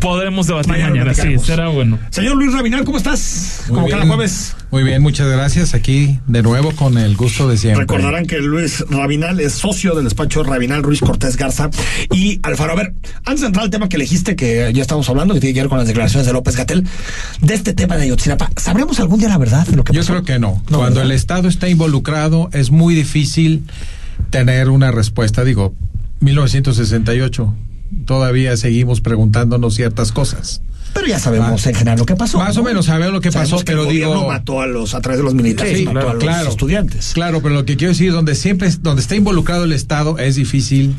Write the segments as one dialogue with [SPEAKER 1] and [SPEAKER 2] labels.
[SPEAKER 1] podremos debatir
[SPEAKER 2] Mañana lo
[SPEAKER 1] mañana. Sí,
[SPEAKER 2] platicamos.
[SPEAKER 1] será bueno.
[SPEAKER 2] Señor Luis Rabinal, ¿cómo estás?
[SPEAKER 3] Muy
[SPEAKER 2] Como cada
[SPEAKER 3] bien.
[SPEAKER 2] jueves.
[SPEAKER 3] Muy bien, muchas gracias. Aquí de nuevo con el gusto de siempre.
[SPEAKER 2] Recordarán que Luis Rabinal es socio del despacho Rabinal Ruiz Cortés Garza y Alfaro. A ver, antes de entrar al tema que elegiste, que ya estamos hablando, que tiene que ver con las declaraciones de López Gatel, de este tema de Ayotzinapa, ¿sabremos algún día la verdad de lo que
[SPEAKER 3] Yo
[SPEAKER 2] pasó?
[SPEAKER 3] creo que no.
[SPEAKER 2] No,
[SPEAKER 3] Cuando
[SPEAKER 2] ¿verdad?
[SPEAKER 3] el Estado está involucrado es muy difícil tener una respuesta. Digo, 1968, todavía seguimos preguntándonos ciertas cosas.
[SPEAKER 2] Pero ya sabemos
[SPEAKER 3] Ah.
[SPEAKER 2] en general lo que pasó.
[SPEAKER 3] Más o menos sabemos lo que
[SPEAKER 2] Sabemos
[SPEAKER 3] pasó,
[SPEAKER 2] que el
[SPEAKER 3] pero
[SPEAKER 2] gobierno
[SPEAKER 3] digo-
[SPEAKER 2] mató a los, a través de los militares,
[SPEAKER 3] Sí,
[SPEAKER 2] mató
[SPEAKER 3] claro,
[SPEAKER 2] a los
[SPEAKER 3] claro.
[SPEAKER 2] estudiantes.
[SPEAKER 3] Claro, pero lo que quiero decir, donde siempre, donde está involucrado el Estado es difícil,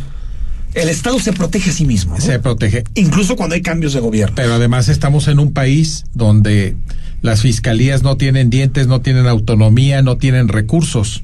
[SPEAKER 2] El Estado se protege a sí mismo. ¿no?
[SPEAKER 3] se protege.
[SPEAKER 2] Incluso cuando hay cambios de gobierno.
[SPEAKER 3] Pero además estamos en un país donde las fiscalías no tienen dientes, no tienen autonomía, no tienen recursos.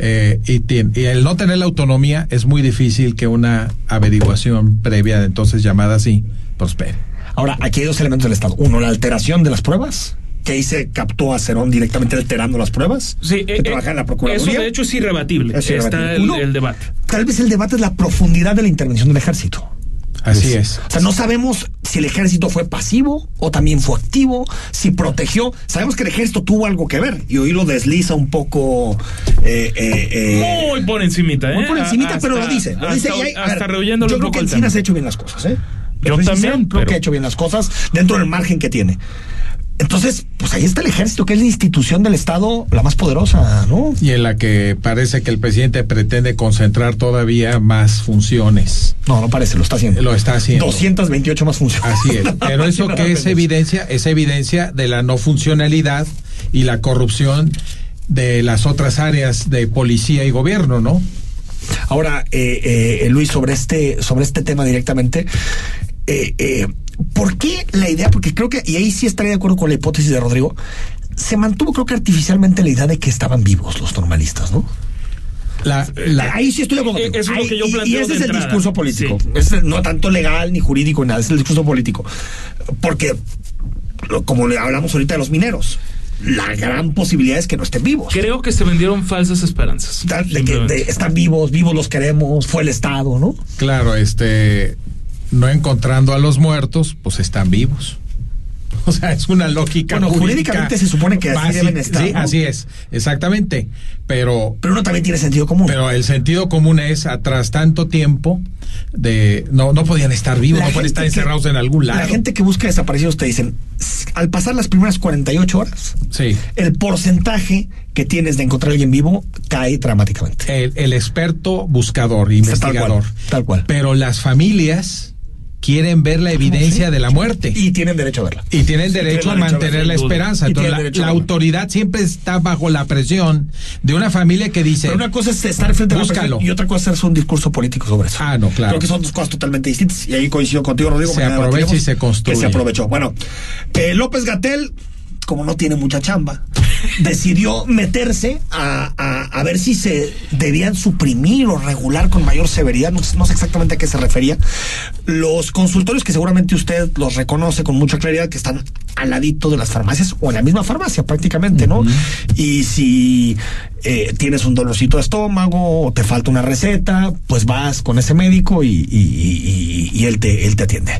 [SPEAKER 3] Eh, y, tien- y el no tener la autonomía es muy difícil que una averiguación previa, entonces llamada así, prospere.
[SPEAKER 2] Ahora, aquí hay dos elementos del Estado. Uno, la alteración de las pruebas, que ahí se captó a Cerón directamente alterando las pruebas.
[SPEAKER 1] Sí,
[SPEAKER 2] que
[SPEAKER 1] eh,
[SPEAKER 2] trabaja en la
[SPEAKER 1] eh,
[SPEAKER 2] Procuraduría.
[SPEAKER 1] Eso de hecho es irrebatible.
[SPEAKER 2] Es
[SPEAKER 1] Está
[SPEAKER 2] irrebatible.
[SPEAKER 1] el,
[SPEAKER 2] Uno,
[SPEAKER 1] el debate.
[SPEAKER 2] Tal vez el debate es la profundidad de la intervención del ejército. Pues
[SPEAKER 3] Así es.
[SPEAKER 2] O sea, no sabemos si el ejército fue pasivo o también fue activo, si protegió. Sabemos que el ejército tuvo algo que ver y hoy lo desliza un poco. eh, eh, eh,
[SPEAKER 1] Muy por encimita, ¿eh?
[SPEAKER 2] muy por encimita,
[SPEAKER 1] Hasta-
[SPEAKER 2] pero lo dice. Lo
[SPEAKER 1] hasta
[SPEAKER 2] dice y hay- a ver,
[SPEAKER 1] hasta rehuyéndole
[SPEAKER 2] Yo
[SPEAKER 1] un
[SPEAKER 2] creo
[SPEAKER 1] poco
[SPEAKER 2] que
[SPEAKER 1] el
[SPEAKER 2] Encinas ha
[SPEAKER 1] tema.
[SPEAKER 2] hecho bien las cosas, ¿eh?
[SPEAKER 1] Yo
[SPEAKER 2] Soy
[SPEAKER 1] también,
[SPEAKER 2] creo
[SPEAKER 1] pero-
[SPEAKER 2] que ha hecho bien las cosas dentro del margen que tiene. Entonces, pues ahí está el ejército, que es la institución del Estado la más poderosa, ¿no?
[SPEAKER 3] Y en la que parece que el presidente pretende concentrar todavía más funciones.
[SPEAKER 2] No, no parece, lo está haciendo.
[SPEAKER 3] Lo está haciendo.
[SPEAKER 2] 228 más funciones.
[SPEAKER 3] Así es. Pero eso que es evidencia, es evidencia de la no funcionalidad y la corrupción de las otras áreas de policía y gobierno, ¿no?
[SPEAKER 2] Ahora, eh, eh, Luis, sobre este, sobre este tema directamente, eh, eh, ¿por qué la idea? Porque creo que, y ahí sí estaría de acuerdo con la hipótesis de Rodrigo, se mantuvo creo que artificialmente la idea de que estaban vivos los normalistas, ¿no?
[SPEAKER 3] La, la-
[SPEAKER 2] Ahí sí estoy de acuerdo.
[SPEAKER 1] Eh,
[SPEAKER 2] contigo.
[SPEAKER 1] eso es lo
[SPEAKER 2] Ahí-
[SPEAKER 1] que yo
[SPEAKER 2] y- y,
[SPEAKER 1] planteo
[SPEAKER 2] ese
[SPEAKER 1] de
[SPEAKER 2] es el
[SPEAKER 1] entrada.
[SPEAKER 2] discurso político.
[SPEAKER 1] Sí.
[SPEAKER 2] Es no tanto legal ni jurídico ni nada, es el discurso político. Porque, lo- como le hablamos ahorita de los mineros, la gran posibilidad es que no estén vivos.
[SPEAKER 1] Creo que se vendieron falsas esperanzas.
[SPEAKER 2] Tal- de que
[SPEAKER 1] Simplemente.
[SPEAKER 2] de- están vivos, vivos los queremos, fue el Estado, ¿no?
[SPEAKER 3] claro, este, no encontrando a los muertos, pues están vivos. O sea, es una lógica.
[SPEAKER 2] Bueno,
[SPEAKER 3] jurídica
[SPEAKER 2] jurídicamente se supone que así deben estar,
[SPEAKER 3] Sí,
[SPEAKER 2] ¿no?
[SPEAKER 3] así es, exactamente. Pero
[SPEAKER 2] Pero uno también tiene sentido común.
[SPEAKER 3] Pero el sentido común es, a- tras tanto tiempo, de no, no podían estar vivos,
[SPEAKER 2] La
[SPEAKER 3] no podían
[SPEAKER 2] gente
[SPEAKER 3] estar
[SPEAKER 2] que-
[SPEAKER 3] encerrados en algún lado.
[SPEAKER 2] La gente que busca desaparecidos te dicen, "S- al pasar las primeras 48 horas,
[SPEAKER 3] Sí.
[SPEAKER 2] el porcentaje que tienes de encontrar a alguien vivo cae dramáticamente.
[SPEAKER 3] El, el experto buscador,
[SPEAKER 2] sea, tal
[SPEAKER 3] investigador.
[SPEAKER 2] cual, tal cual. Ah,
[SPEAKER 3] Pero las familias quieren ver la evidencia
[SPEAKER 2] sí?
[SPEAKER 3] de la muerte. Y
[SPEAKER 2] Y tienen derecho a verla.
[SPEAKER 3] tienen derecho
[SPEAKER 2] tienen
[SPEAKER 3] a
[SPEAKER 2] derecho a
[SPEAKER 3] mantener
[SPEAKER 1] verla,
[SPEAKER 3] la
[SPEAKER 1] sin duda.
[SPEAKER 2] Y
[SPEAKER 3] esperanza. Entonces,
[SPEAKER 2] tienen
[SPEAKER 3] la,
[SPEAKER 2] derecho a
[SPEAKER 3] la
[SPEAKER 2] verla.
[SPEAKER 3] autoridad siempre está bajo la presión de una familia que dice,
[SPEAKER 2] Pero una cosa es estar frente a la
[SPEAKER 3] Búscalo.
[SPEAKER 2] persona y otra cosa es un discurso político sobre eso.
[SPEAKER 3] Ah, no, claro.
[SPEAKER 2] Creo que son dos cosas totalmente distintas y ahí coincido contigo, Rodrigo.
[SPEAKER 3] Se
[SPEAKER 2] mañana
[SPEAKER 3] aprovecha
[SPEAKER 2] debatiremos
[SPEAKER 3] y se construye.
[SPEAKER 2] Que se aprovechó. Bueno, eh, López Gatel, como no tiene mucha chamba, decidió meterse a, a- a ver si se debían suprimir o regular con mayor severidad, no, no sé exactamente a qué se refería, los consultorios que seguramente usted los reconoce con mucha claridad, que están al ladito de las farmacias o en la misma farmacia prácticamente, ¿no? Y si eh, tienes un dolorcito de estómago o te falta una receta, pues vas con ese médico y, y- y- y- y él, te, él te atiende.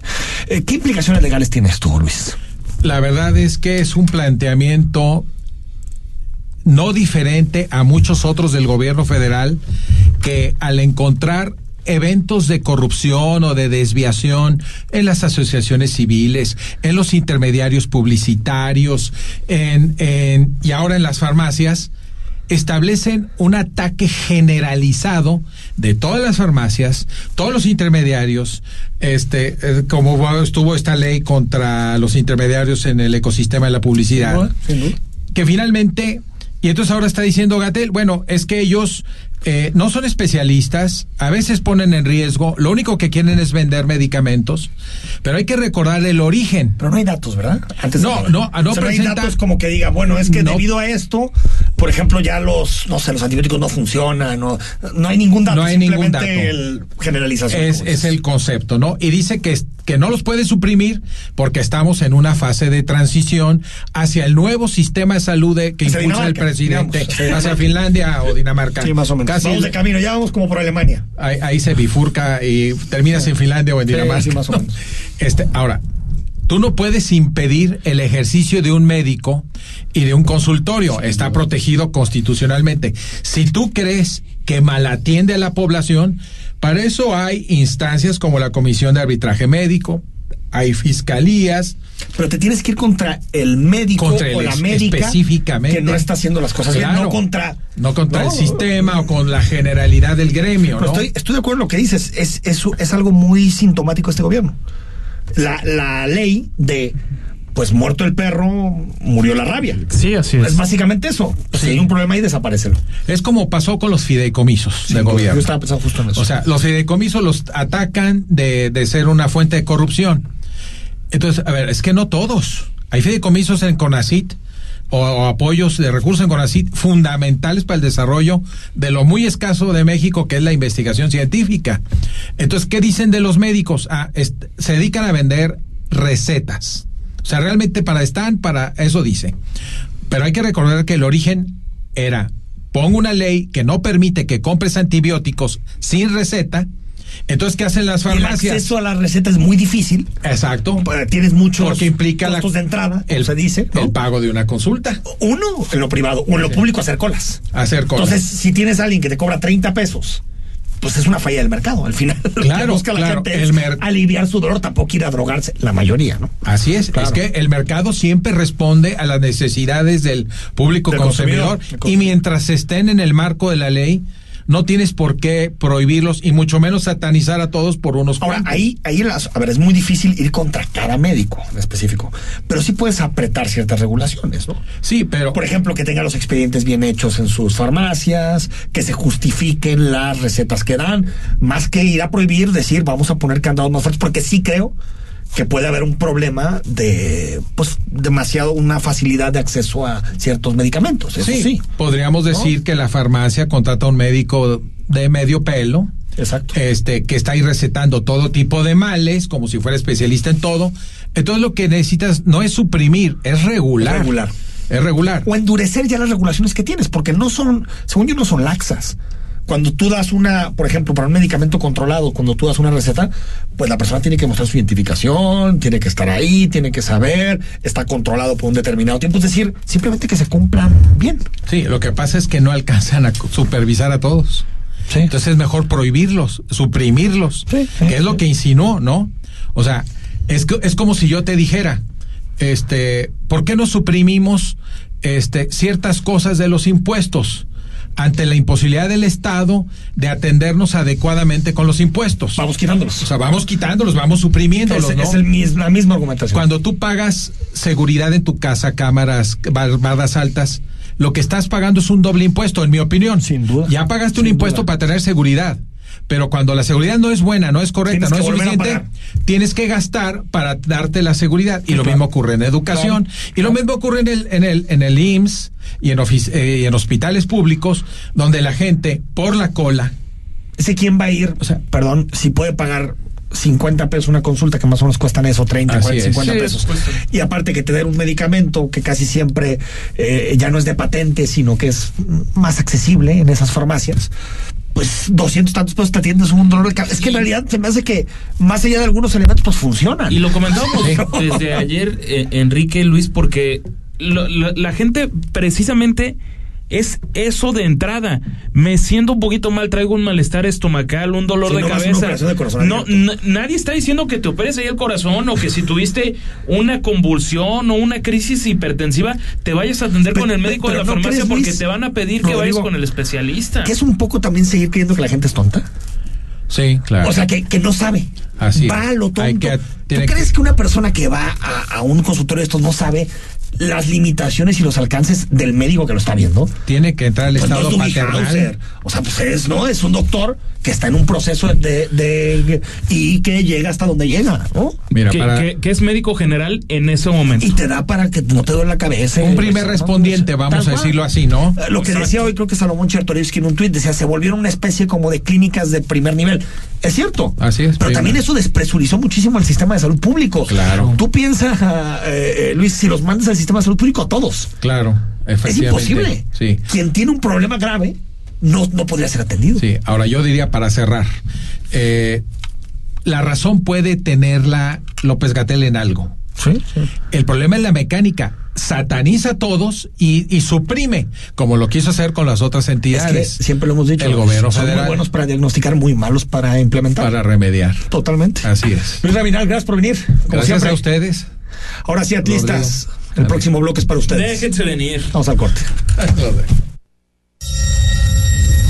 [SPEAKER 2] Eh, ¿Qué implicaciones legales tienes tú, Luis?
[SPEAKER 3] La verdad es que es un planteamiento no diferente a muchos otros del gobierno federal que al encontrar eventos de corrupción o de desviación en las asociaciones civiles, en los intermediarios publicitarios, en, en- y ahora en las farmacias, establecen un ataque generalizado de todas las farmacias, todos los intermediarios, este, eh, como va- estuvo esta ley contra los intermediarios en el ecosistema de la publicidad que finalmente, y entonces ahora está diciendo Gatel, bueno, es que ellos eh, no son especialistas, a veces ponen en riesgo, lo único que quieren es vender medicamentos, pero hay que recordar el origen.
[SPEAKER 2] Pero no hay datos, ¿verdad? Antes
[SPEAKER 3] No,
[SPEAKER 2] hablar.
[SPEAKER 3] no, ah, no
[SPEAKER 2] O sea, hay
[SPEAKER 3] presenta-
[SPEAKER 2] datos como que diga, bueno, es que
[SPEAKER 3] No.
[SPEAKER 2] debido a esto, por ejemplo, ya los, no sé, los antibióticos no funcionan, no, no hay ningún dato.
[SPEAKER 3] No hay ningún
[SPEAKER 2] simplemente
[SPEAKER 3] dato.
[SPEAKER 2] el- generalización.
[SPEAKER 3] Es,
[SPEAKER 2] como
[SPEAKER 3] es
[SPEAKER 2] dices.
[SPEAKER 3] el concepto, ¿no? Y dice que, es- que no los puede suprimir porque estamos en una fase de transición hacia el nuevo sistema de salud de- que
[SPEAKER 2] Hacia
[SPEAKER 3] impulsa el
[SPEAKER 2] Dinamarca,
[SPEAKER 3] presidente,
[SPEAKER 2] digamos, hacia
[SPEAKER 3] hacia Finlandia o Dinamarca.
[SPEAKER 2] Sí, más o menos.
[SPEAKER 3] Casi
[SPEAKER 2] vamos de camino, ya vamos como por Alemania.
[SPEAKER 3] ahí, ahí se bifurca y terminas en Finlandia o en
[SPEAKER 2] Sí,
[SPEAKER 3] Dinamarca.
[SPEAKER 2] sí, más o
[SPEAKER 3] ¿no?
[SPEAKER 2] menos.
[SPEAKER 3] Este, ahora, Tú no puedes impedir el ejercicio de un médico y de un consultorio. Está protegido constitucionalmente. Si tú crees que malatiende a la población, para eso hay instancias como la Comisión de Arbitraje Médico, hay fiscalías,
[SPEAKER 2] Pero te tienes que ir contra el médico
[SPEAKER 3] Contra
[SPEAKER 2] o
[SPEAKER 3] el
[SPEAKER 2] la
[SPEAKER 3] ex-
[SPEAKER 2] médica
[SPEAKER 3] específicamente.
[SPEAKER 2] que no está haciendo las cosas bien,
[SPEAKER 3] Claro.
[SPEAKER 2] no contra
[SPEAKER 3] no contra
[SPEAKER 2] No,
[SPEAKER 3] el sistema o con la generalidad del gremio,
[SPEAKER 2] Pero
[SPEAKER 3] ¿no?
[SPEAKER 2] estoy, estoy de acuerdo en lo que dices. Es, es, es algo muy sintomático este gobierno. La, la ley de, pues muerto el perro, murió la rabia.
[SPEAKER 4] Sí, así
[SPEAKER 2] Es
[SPEAKER 4] es.
[SPEAKER 2] básicamente eso. Pues,
[SPEAKER 3] Sí.
[SPEAKER 2] Si hay un problema ahí, desaparecelo.
[SPEAKER 3] Es como pasó con los fideicomisos de gobierno.
[SPEAKER 2] Yo estaba pensando justo en eso.
[SPEAKER 3] O sea, los fideicomisos los atacan de, de ser una fuente de corrupción. Entonces, a ver, es que no todos. Hay fideicomisos en Conacit o, o apoyos de recursos en Conacit fundamentales para el desarrollo de lo muy escaso de México, que es la investigación científica. Entonces, ¿qué dicen de los médicos? Ah, est- se dedican a vender recetas. O sea, realmente para están, para eso dice. Pero hay que recordar que el origen era, pongo una ley que no permite que compres antibióticos sin receta, entonces ¿qué hacen las
[SPEAKER 2] el
[SPEAKER 3] farmacias?
[SPEAKER 2] acceso a la receta es muy difícil.
[SPEAKER 3] Exacto.
[SPEAKER 2] Bueno, eh, Tienes muchos
[SPEAKER 3] Porque implica la-
[SPEAKER 2] costos de entrada,
[SPEAKER 3] el-
[SPEAKER 2] se dice. ¿no?
[SPEAKER 3] El pago de una consulta.
[SPEAKER 2] Uno, en lo privado, o en lo público hacer colas.
[SPEAKER 3] Hacer cosas.
[SPEAKER 2] Entonces, si tienes a alguien que te cobra 30 pesos, pues es una falla del mercado. Al final, lo que
[SPEAKER 3] Claro,
[SPEAKER 2] busca la
[SPEAKER 3] claro,
[SPEAKER 2] gente es
[SPEAKER 3] el mer-
[SPEAKER 2] aliviar su dolor, tampoco ir a drogarse, la mayoría, ¿no?
[SPEAKER 3] Así es,
[SPEAKER 2] Claro.
[SPEAKER 3] es que el mercado siempre responde a las necesidades del público
[SPEAKER 2] Del
[SPEAKER 3] consumidor,
[SPEAKER 2] consumidor.
[SPEAKER 3] y mientras estén en el marco de la ley, no tienes por qué prohibirlos y mucho menos satanizar a todos por unos
[SPEAKER 2] Ahora,
[SPEAKER 3] cuantos.
[SPEAKER 2] ahí, ahí las, a ver, es muy difícil ir contra cada médico en específico, pero sí puedes apretar ciertas regulaciones, ¿no?
[SPEAKER 3] Sí, pero
[SPEAKER 2] Por ejemplo, que tengan los expedientes bien hechos en sus farmacias, que se justifiquen las recetas que dan, más que ir a prohibir, decir, vamos a poner candados más fuertes, porque sí creo que puede haber un problema de, pues, demasiado, una facilidad de acceso a ciertos medicamentos. Eso sí,
[SPEAKER 3] sí, podríamos decir que la farmacia contrata a un médico de medio pelo.
[SPEAKER 2] exacto.
[SPEAKER 3] este, que está ahí recetando todo tipo de males, como si fuera especialista en todo. Entonces lo que necesitas no es suprimir, es regular.
[SPEAKER 2] Es regular.
[SPEAKER 3] Es regular.
[SPEAKER 2] o endurecer ya las regulaciones que tienes, porque no son, según yo, no son laxas. Cuando tú das una, por ejemplo, para un medicamento controlado, cuando tú das una receta, pues la persona tiene que mostrar su identificación, tiene que estar ahí, tiene que saber, está controlado por un determinado tiempo. Es decir, simplemente que se cumplan bien.
[SPEAKER 3] Sí, lo que pasa es que no alcanzan a cu- supervisar a todos.
[SPEAKER 2] Sí.
[SPEAKER 3] Entonces es mejor prohibirlos, suprimirlos,
[SPEAKER 2] Sí, sí,
[SPEAKER 3] que es lo que insinuó, ¿no? O sea, es, co- es como si yo te dijera, este, ¿por qué no suprimimos este, ciertas cosas de los impuestos? ante la imposibilidad del Estado de atendernos adecuadamente con los impuestos.
[SPEAKER 2] Vamos quitándolos.
[SPEAKER 3] O sea, vamos quitándolos, vamos suprimiéndolos,
[SPEAKER 2] es
[SPEAKER 3] ¿no?
[SPEAKER 2] es el mis- la misma argumentación.
[SPEAKER 3] Cuando tú pagas seguridad en tu casa, cámaras, bar- bardas altas, lo que estás pagando es un doble impuesto, en mi opinión.
[SPEAKER 2] Sin duda.
[SPEAKER 3] Ya pagaste un
[SPEAKER 2] Sin
[SPEAKER 3] impuesto
[SPEAKER 2] duda.
[SPEAKER 3] para tener seguridad. Pero cuando la seguridad no es buena, no es correcta,
[SPEAKER 2] Tienes que
[SPEAKER 3] no es
[SPEAKER 2] volver a
[SPEAKER 3] suficiente, tienes que gastar para darte la seguridad. Y lo
[SPEAKER 2] Claro.
[SPEAKER 3] mismo ocurre en educación,
[SPEAKER 2] Claro.
[SPEAKER 3] y lo mismo ocurre en el, en el, en el IMSS y en, ofici- eh, y en hospitales públicos, donde la gente por la cola,
[SPEAKER 2] sé quién va a ir, o sea, perdón, si puede pagar 50 pesos una consulta que más o menos cuestan eso, 30,
[SPEAKER 3] Así
[SPEAKER 2] 40,
[SPEAKER 3] es.
[SPEAKER 2] 50
[SPEAKER 1] Sí,
[SPEAKER 2] pesos.
[SPEAKER 1] por supuesto.
[SPEAKER 2] Y aparte que te den un medicamento que casi siempre eh, ya no es de patente, sino que es más accesible en esas farmacias. Pues 200 tantos pesos te atiendes un dolor de cabeza. Es que en realidad se me hace que más allá de algunos elementos pues funcionan.
[SPEAKER 1] Y lo comentábamos
[SPEAKER 2] Sí.
[SPEAKER 1] desde ayer, eh, Enrique Luis, porque lo- lo- la gente precisamente es eso de entrada. Me siento un poquito mal, traigo un malestar estomacal, un dolor
[SPEAKER 2] Sí,
[SPEAKER 1] de
[SPEAKER 2] no vas a una
[SPEAKER 1] cabeza.
[SPEAKER 2] operación de corazón
[SPEAKER 1] no,
[SPEAKER 2] abierto.
[SPEAKER 1] na- nadie está diciendo que te operes ahí el corazón o que si tuviste una convulsión o una crisis hipertensiva, te vayas a atender
[SPEAKER 2] Pe-
[SPEAKER 1] con el
[SPEAKER 2] pe-
[SPEAKER 1] médico de
[SPEAKER 2] pero
[SPEAKER 1] la
[SPEAKER 2] ¿no
[SPEAKER 1] farmacia
[SPEAKER 2] crees,
[SPEAKER 1] porque
[SPEAKER 2] Luis?
[SPEAKER 1] te van a pedir que
[SPEAKER 2] Rodrigo,
[SPEAKER 1] vayas con el especialista.
[SPEAKER 2] Que es un poco también seguir creyendo que la gente es tonta.
[SPEAKER 3] Sí, claro.
[SPEAKER 2] O sea, que, que no sabe.
[SPEAKER 3] Así
[SPEAKER 2] va
[SPEAKER 3] es.
[SPEAKER 2] a lo
[SPEAKER 3] Hay
[SPEAKER 2] tonto.
[SPEAKER 3] que-
[SPEAKER 2] ¿Tú
[SPEAKER 3] tiene que-
[SPEAKER 2] crees que una persona que va a, a un consultorio de estos no sabe las limitaciones y los alcances del médico que lo está viendo?
[SPEAKER 3] tiene que entrar el
[SPEAKER 2] Pues no
[SPEAKER 3] Estado
[SPEAKER 2] es Doogie
[SPEAKER 3] paternal.
[SPEAKER 2] Hauser. O sea, pues es, ¿no? Es un doctor que está en un proceso de, de- y que llega hasta donde llega, ¿no?
[SPEAKER 3] Mira,
[SPEAKER 1] que,
[SPEAKER 3] para-
[SPEAKER 1] que- que es médico general en ese momento.
[SPEAKER 2] Y te da para que no te duele la cabeza. pues,
[SPEAKER 3] Un primer
[SPEAKER 2] ¿no?
[SPEAKER 3] respondiente, vamos
[SPEAKER 2] Eh, Tal
[SPEAKER 3] a
[SPEAKER 2] cual.
[SPEAKER 3] decirlo así, ¿no?
[SPEAKER 2] Eh, Lo que decía hoy creo que Salomón Chertorivsky en un tuit decía, se volvieron una especie como de clínicas de primer nivel. Es cierto.
[SPEAKER 3] Así es,
[SPEAKER 2] Pero
[SPEAKER 3] primer.
[SPEAKER 2] también eso despresurizó muchísimo al sistema de salud público.
[SPEAKER 3] Claro.
[SPEAKER 2] Tú piensas, eh, eh, Luis, si los mandas al sistema de salud público a todos.
[SPEAKER 3] Claro,
[SPEAKER 2] Es
[SPEAKER 3] efectivamente.
[SPEAKER 2] imposible.
[SPEAKER 3] Sí.
[SPEAKER 2] Quien tiene un problema grave no, no podría ser atendido.
[SPEAKER 3] Sí, ahora yo diría para cerrar, eh, la razón puede tenerla López Gatel en algo.
[SPEAKER 2] Sí, sí.
[SPEAKER 3] El problema es la mecánica. Sataniza a todos y, y suprime, como lo quiso hacer con las otras
[SPEAKER 2] Es que
[SPEAKER 3] entidades.
[SPEAKER 2] siempre lo hemos dicho.
[SPEAKER 3] El gobierno
[SPEAKER 2] son
[SPEAKER 3] federal.
[SPEAKER 2] muy buenos para diagnosticar, muy malos para implementar.
[SPEAKER 3] Para remediar.
[SPEAKER 2] Totalmente.
[SPEAKER 3] Así es.
[SPEAKER 2] Luis Raminal, gracias por venir. Como
[SPEAKER 3] Gracias
[SPEAKER 2] siempre.
[SPEAKER 3] a ustedes.
[SPEAKER 2] Ahora sí, atlistas.
[SPEAKER 3] Rodrigo.
[SPEAKER 2] El próximo bloque es para ustedes.
[SPEAKER 1] Déjense venir.
[SPEAKER 2] Vamos al corte.